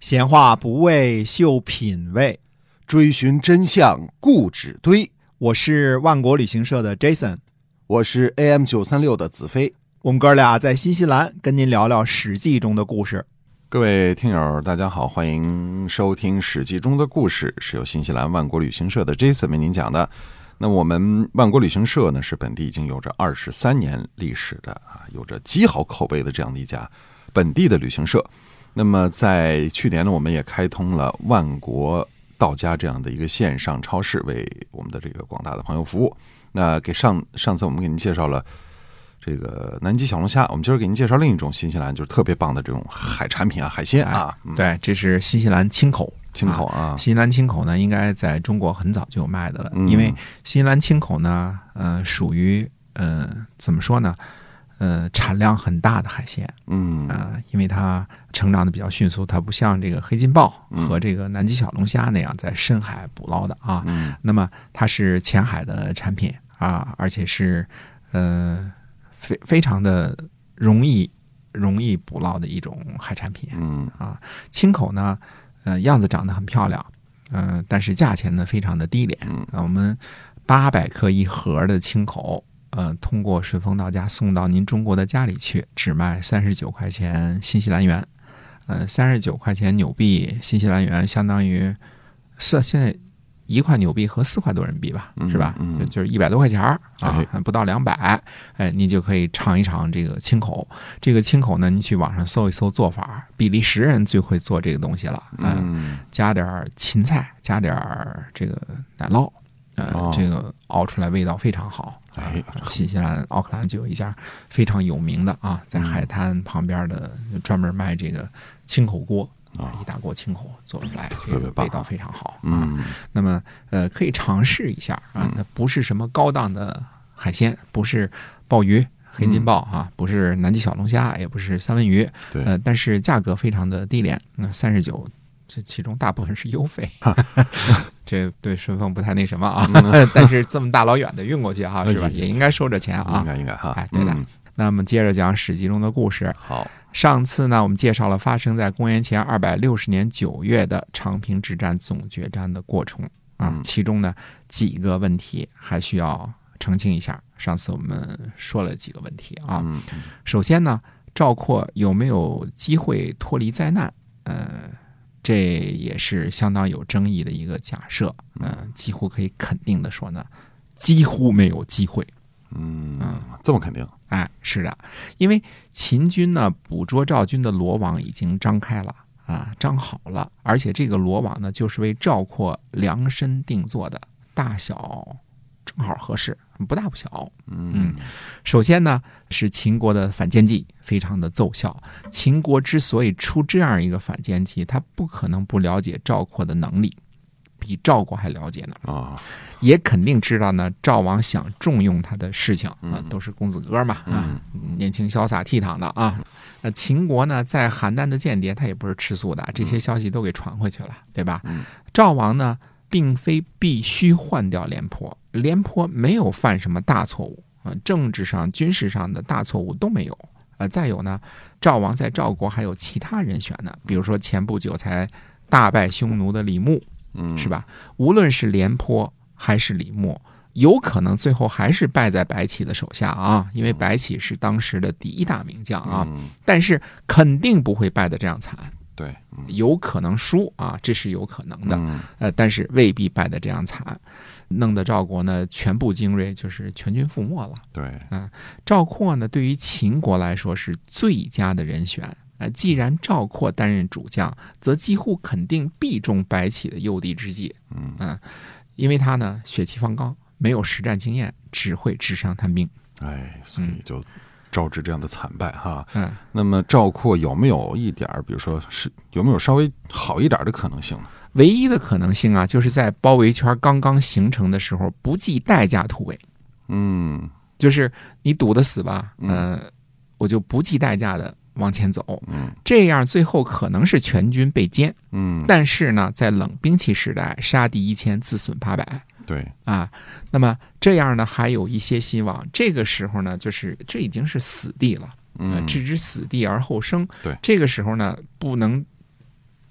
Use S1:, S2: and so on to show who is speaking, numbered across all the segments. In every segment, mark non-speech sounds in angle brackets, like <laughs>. S1: 闲话不为秀品味，
S2: 追寻真相故纸堆。
S1: 我是万国旅行社的 Jason，
S2: 我是 AM 九三六的子飞。
S1: 我们哥俩在新西兰跟您聊聊《史记》中的故事。
S2: 各位听友，大家好，欢迎收听《史记》中的故事，是由新西兰万国旅行社的 Jason 为您讲的。那我们万国旅行社呢，是本地已经有着二十三年历史的啊，有着极好口碑的这样的一家本地的旅行社。那么在去年呢，我们也开通了万国到家这样的一个线上超市，为我们的这个广大的朋友服务。那给上上次我们给您介绍了这个南极小龙虾，我们今儿给您介绍另一种新西兰就是特别棒的这种海产品啊，海鲜啊，嗯
S1: 对，这是新西兰青口。
S2: 青口啊，
S1: 新西兰青口呢，应该在中国很早就有卖的了，
S2: 嗯
S1: 因为新西兰青口呢，呃，属于呃怎么说呢，呃，产量很大的海鲜。
S2: 嗯
S1: 啊，因为它成长的比较迅速，它不像这个黑金鲍
S2: 嗯
S1: 和这个南极小龙虾那样在深海捕捞的啊。
S2: 嗯
S1: 那么它是浅海的产品啊，而且是呃非非常的容易容易捕捞的一种海产品。啊
S2: 嗯
S1: 青口呢，呃，样子长得很漂亮，嗯、但是价钱呢非常的低廉。
S2: 嗯
S1: 啊，我们八百克一盒的青口，呃，通过顺丰到家送到您中国的家里去，只卖三十九块钱新西兰元，呃，三十九块钱纽币，新西兰元相当于四现在。一块纽币和四块多人民币吧，
S2: 嗯
S1: 是吧？
S2: 嗯
S1: 就就是一百多块钱儿啊
S2: 哎，
S1: 不到两百，哎，你就可以尝一尝这个青口。这个青口呢，你去网上搜一搜做法，比利时人最会做这个东西了。嗯，
S2: 嗯
S1: 加点儿芹菜，加点儿这个奶酪，呃，
S2: 哦
S1: 这个熬出来味道非常好。啊
S2: 哎
S1: 新西兰奥克兰就有一家非常有名的啊，在
S2: 嗯
S1: 海滩旁边的专门卖这个青口锅，
S2: 哦
S1: 一大锅青口做出来，
S2: 特
S1: 这
S2: 别
S1: 个
S2: 棒
S1: 味道非常好。啊，
S2: 嗯
S1: 那么呃，可以尝试一下啊，那不是什么高档的海鲜，不是鲍鱼。黑金鲍啊，不是南极小龙虾，也不是三文鱼，
S2: 嗯对嗯
S1: 呃，但是价格非常的低廉，那三十九，这其中大部分是邮
S2: <laughs>
S1: 费，这对顺丰不太那什么啊，
S2: 嗯
S1: <laughs> 但是这么大老远的运过去
S2: <laughs>
S1: 哈、是吧？
S2: 哎
S1: 也应该收着钱啊
S2: 应。该应该哈，
S1: 哎对的
S2: 嗯
S1: 那么接着讲《史记》中的故事。啊
S2: 好，
S1: 上次呢，我们介绍了发生在公元前二百六十年九月的长平之战总决战的过程啊，
S2: 嗯
S1: 其中呢几个问题还需要澄清一下。上次我们说了几个问题啊，
S2: 嗯
S1: 首先呢，赵括有没有机会脱离灾难？呃，这也是相当有争议的一个假设。
S2: 嗯
S1: 呃，几乎可以肯定的说呢，几乎没有机会。
S2: 嗯，这么肯定，
S1: 哎，是的，因为秦军呢捕捉赵军的罗网已经张开了啊，张好了，而且这个罗网呢就是为赵括量身定做的，大小正好合适，不大不小。
S2: 嗯
S1: 首先呢，是秦国的反间计非常的奏效。秦国之所以出这样一个反间计，他不可能不了解赵括的能力，比赵国还了解呢，
S2: 啊，
S1: 也肯定知道呢赵王想重用他的事情啊，都是公子哥嘛啊，年轻潇洒倜傥的啊。那秦国呢，在邯郸的间谍他也不是吃素的，这些消息都给传回去了，对吧？赵王呢，并非必须换掉廉颇，廉颇没有犯什么大错误啊、呃政治上、军事上的大错误都没有。呃，再有呢，赵王在赵国还有其他人选呢，比如说前不久才大败匈奴的李牧，
S2: 嗯，
S1: 是吧？无论是廉颇还是李牧，有可能最后还是败在白起的手下啊，因为白起是当时的第一大名将啊，
S2: 嗯，
S1: 但是肯定不会败得这样惨，
S2: 对，嗯
S1: 有可能输啊，这是有可能的。
S2: 嗯
S1: 呃，但是未必败得这样惨，弄得赵国呢全部精锐就是全军覆没了。
S2: 对，
S1: 赵括呢，对于秦国来说是最佳的人选。呃，既然赵括担任主将，则几乎肯定必中白起的诱敌之计。啊
S2: 嗯
S1: 因为他呢血气方刚，没有实战经验，只会智商探病。
S2: 哎，所以就招致这样的惨败哈。
S1: 嗯，
S2: 那么赵括有没有一点儿，比如说是有没有稍微好一点儿的可能性呢？
S1: 唯一的可能性啊，就是在包围圈刚刚形成的时候，不计代价突围，
S2: 嗯
S1: 就是你堵得死吧，
S2: 嗯
S1: 呃，我就不计代价的往前走，
S2: 嗯
S1: 这样最后可能是全军被歼。
S2: 嗯，
S1: 但是呢，在冷兵器时代，杀敌一千，自损八百。
S2: 对，
S1: 啊，那么这样呢，还有一些希望。这个时候呢，就是这已经是死地了，呃
S2: 嗯
S1: 置之死地而后生。
S2: 对
S1: 这个时候呢，不能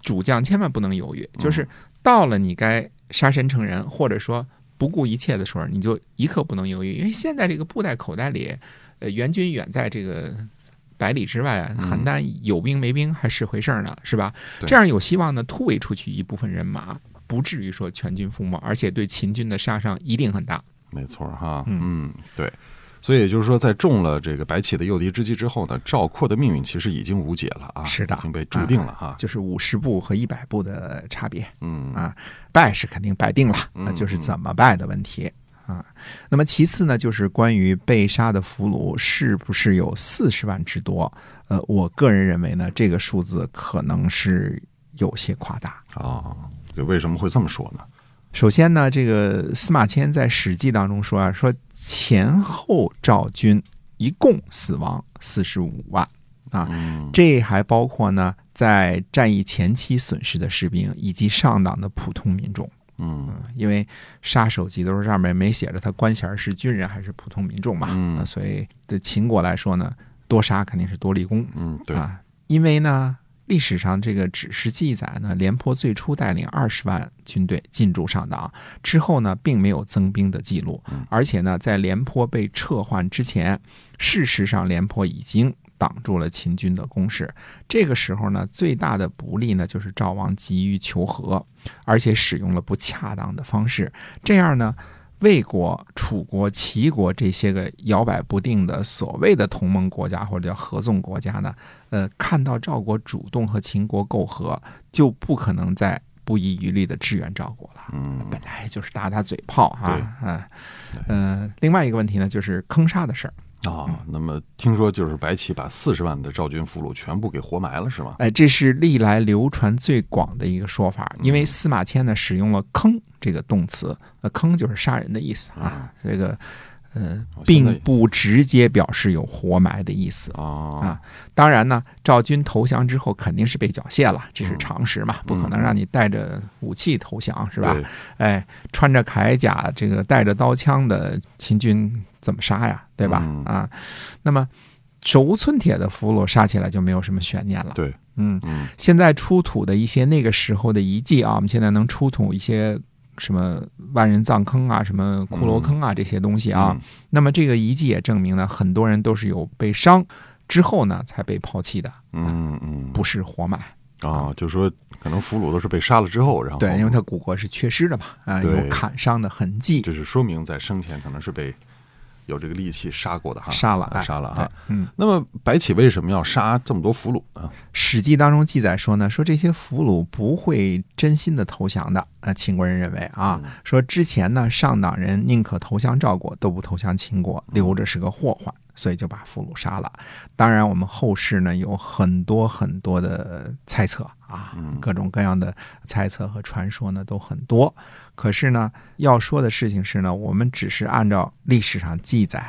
S1: 主将千万不能犹豫，
S2: 嗯
S1: 就是到了你该杀身成仁，或者说不顾一切的时候，你就一刻不能犹豫，因为现在这个布袋口袋里，呃，援军远在这个百里之外，
S2: 嗯
S1: 邯郸有兵没兵还是回事儿呢，是吧？
S2: 对
S1: 这样有希望呢，突围出去一部分人马，不至于说全军覆没，而且对秦军的杀伤一定很大。
S2: 没错儿哈，
S1: 嗯
S2: 嗯，对，所以也就是说，在中了这个白起的诱敌之计之后呢，赵括的命运其实已经无解了啊，
S1: 是的
S2: 已经被注定了哈，
S1: 就是五十步和一百步的差别。
S2: 嗯
S1: 啊，败是肯定败定了，
S2: 嗯
S1: 那就是怎么败的问题啊。那么其次呢，就是关于被杀的俘虏是不是有四十万之多？呃，我个人认为呢，这个数字可能是有些夸大。
S2: 哦，对，为什么会这么说呢？
S1: 首先呢，这个司马迁在《史记》当中说啊，说前后赵军一共死亡四十五万，啊
S2: 嗯，
S1: 这还包括呢在战役前期损失的士兵以及上党的普通民众。
S2: 嗯
S1: 因为杀手级都是上面没写着他官衔是军人还是普通民众嘛，
S2: 嗯
S1: 啊所以对秦国来说呢，多杀肯定是多立功
S2: 嗯，对，
S1: 啊，因为呢。历史上这个只是记载呢，廉颇最初带领二十万军队进驻上党之后呢，并没有增兵的记录
S2: 嗯，
S1: 而且呢，在廉颇被撤换之前，事实上廉颇已经挡住了秦军的攻势。这个时候呢，最大的不利呢，就是赵王急于求和，而且使用了不恰当的方式。这样呢，魏国、楚国、齐国这些个摇摆不定的所谓的同盟国家或者叫合纵国家呢，呃，看到赵国主动和秦国媾和，就不可能再不遗余力的支援赵国了。
S2: 嗯
S1: 本来就是打打嘴炮啊，啊，嗯，另外一个问题呢，就是坑杀的事儿。
S2: 啊，那么听说就是白起把四十万的赵军俘虏全部给活埋了，是吗？
S1: 哎，这是历来流传最广的一个说法，因为司马迁呢使用了“坑”这个动词，呃，坑就是杀人的意思啊，这个呃
S2: 我现在
S1: 并不直接表示有活埋的意思。
S2: 啊
S1: 啊，当然呢，赵军投降之后肯定是被缴械了，
S2: 嗯
S1: 这是常识嘛，不可能让你带着武器投降是吧
S2: 对？？
S1: 哎，穿着铠甲、这个带着刀枪的秦军怎么杀呀？对吧？
S2: 嗯
S1: 啊，那么手无寸铁的俘虏杀起来就没有什么悬念了。
S2: 对，
S1: 嗯，
S2: 嗯
S1: 现在出土的一些那个时候的遗迹啊，我们现在能出土一些什么万人葬坑啊、什么骷髅坑啊、这些东西啊。
S2: 嗯
S1: 那么这个遗迹也证明呢，很多人都是有被伤之后呢才被抛弃的，
S2: 嗯嗯，
S1: 不是活埋。
S2: 啊，就说可能俘虏都是被杀了之后，然后
S1: 对，因为它骨骼是缺失的嘛，啊、
S2: 对
S1: 有砍伤的痕迹。
S2: 这是说明在生前可能是被有这个利器杀过的哈，
S1: 杀了，哎
S2: 啊杀了
S1: 对
S2: 哈。
S1: 嗯，
S2: 那么白起为什么要杀这么多俘虏呢？
S1: 《史记》当中记载说呢，说这些俘虏不会真心的投降的。呃，秦国人认为啊，说之前呢，上党人宁可投降赵国，都不投降秦国，留着是个祸患，所以就把俘虏杀了。当然，我们后世呢有很多很多的猜测啊，
S2: 嗯
S1: 各种各样的猜测和传说呢都很多。可是呢，要说的事情是呢，我们只是按照历史上记载，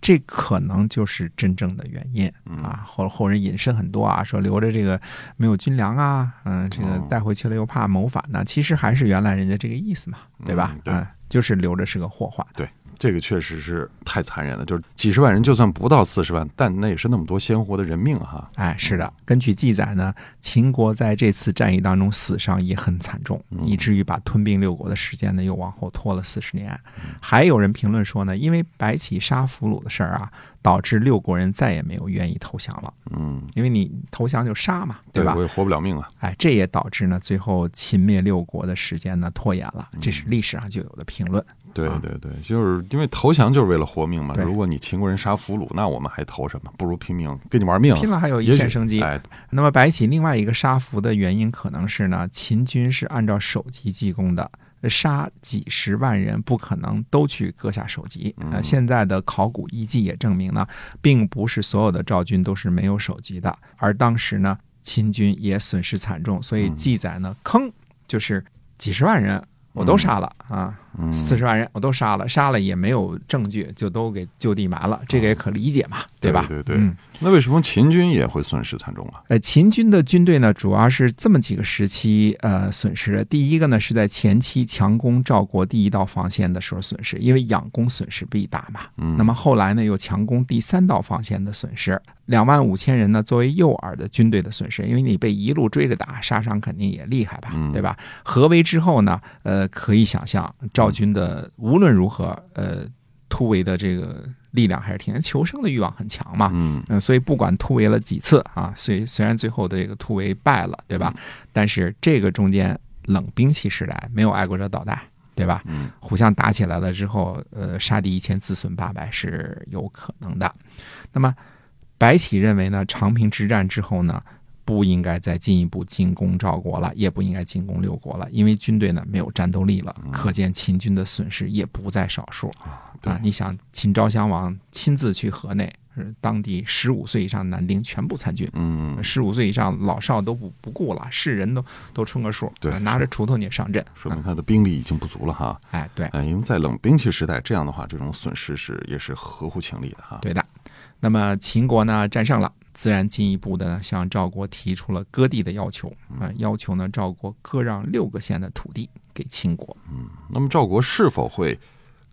S1: 这可能就是真正的原因
S2: 嗯
S1: 啊。后后人引申很多啊，说留着这个没有军粮啊，嗯、这个带回去了又怕谋反呢，其实还是原来人家这个意思嘛，对吧
S2: 嗯？对
S1: 嗯，就是留着是个祸患。
S2: 对，这个确实是太残忍了，就是几十万人，就算不到四十万，但那也是那么多鲜活的人命啊哈。
S1: 哎，是的，根据记载呢，秦国在这次战役当中死伤也很惨重，
S2: 嗯
S1: 以至于把吞并六国的时间呢又往后拖了四十年。还有人评论说呢，因为白起杀俘虏的事儿啊，导致六国人再也没有愿意投降了，
S2: 嗯，
S1: 因为你投降就杀嘛，
S2: 对
S1: 吧
S2: 我？也活不了命啊。
S1: 哎，这也导致呢，最后秦灭六国的时间呢拖延了，这
S2: 嗯
S1: 是历史上就有的评论。
S2: 对
S1: 啊
S2: 对对，就是因为投降就是为了活命嘛。
S1: 对
S2: 如果你秦国人杀俘虏，那我们还投什么？不如拼命跟你玩命，
S1: 拼了还有一
S2: 也许
S1: 线生机。
S2: 哎，
S1: 那么白起另外一个杀俘的原因可能是呢，秦军是按照首级进攻的，杀几十万人不可能都去割下首级。
S2: 嗯
S1: 呃，现在的考古遗迹也证明呢，并不是所有的赵军都是没有首级的，而当时呢，秦军也损
S2: 嗯嗯
S1: 失惨重，所以记载呢，坑就是几十万人我都杀了啊，四十万人我都杀了，杀了也没有证据，就都给就地埋了，这个也可理解嘛，对吧？
S2: 嗯对对
S1: 嗯
S2: 那为什么秦军也会损失惨重啊？
S1: 呃，秦军的军队呢，主要是这么几个时期呃损失的。第一个呢，是在前期强攻赵国第一道防线的时候损失，因为仰攻损失必大嘛。
S2: 嗯，
S1: 那么后来呢，又强攻第三道防线的损失，两万五千人呢，作为右耳的军队的损失，因为你被一路追着打，杀伤肯定也厉害吧
S2: 嗯，
S1: 对吧？合围之后呢，呃，可以想象赵军的无论如何，呃，突围的这个力量还是挺，求生的欲望很强嘛，
S2: 嗯
S1: 嗯，所以不管突围了几次啊，虽虽然最后的这个突围败了，对吧？但是这个中间冷兵器时代没有爱国者导弹，对吧？
S2: 嗯
S1: 互相打起来了之后，呃，杀敌一千，自损八百是有可能的。那么，白起认为呢，长平之战之后呢，不应该再进一步进攻赵国了，也不应该进攻六国了，因为军队呢没有战斗力了。可见秦军的损失也不在少数
S2: 对
S1: 啊！你想，秦昭襄王亲自去河内，是当地十五岁以上男丁全部参军。
S2: 嗯，
S1: 十五岁以上老少都不不顾了，是人都都冲个数，
S2: 对
S1: 啊拿着锄头你也上阵，
S2: 说
S1: 啊
S2: 明他的兵力已经不足了哈。
S1: 哎，对，
S2: 哎，因为在冷兵器时代，这样的话，这种损失是也是合乎情理的哈。
S1: 对的。那么秦国呢战胜了，自然进一步的呢向赵国提出了割地的要求
S2: 嗯
S1: 啊、要求呢赵国割让六个县的土地给秦国。
S2: 那么赵国是否会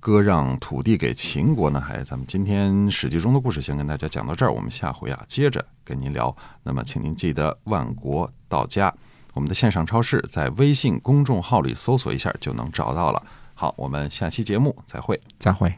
S2: 割让土地给秦国呢？还咱们今天《史记》中的故事先跟大家讲到这儿，我们下回啊接着跟您聊。那么请您记得万国到家，我们的线上超市在微信公众号里搜索一下就能找到了。好，我们下期节目再会。
S1: 再会。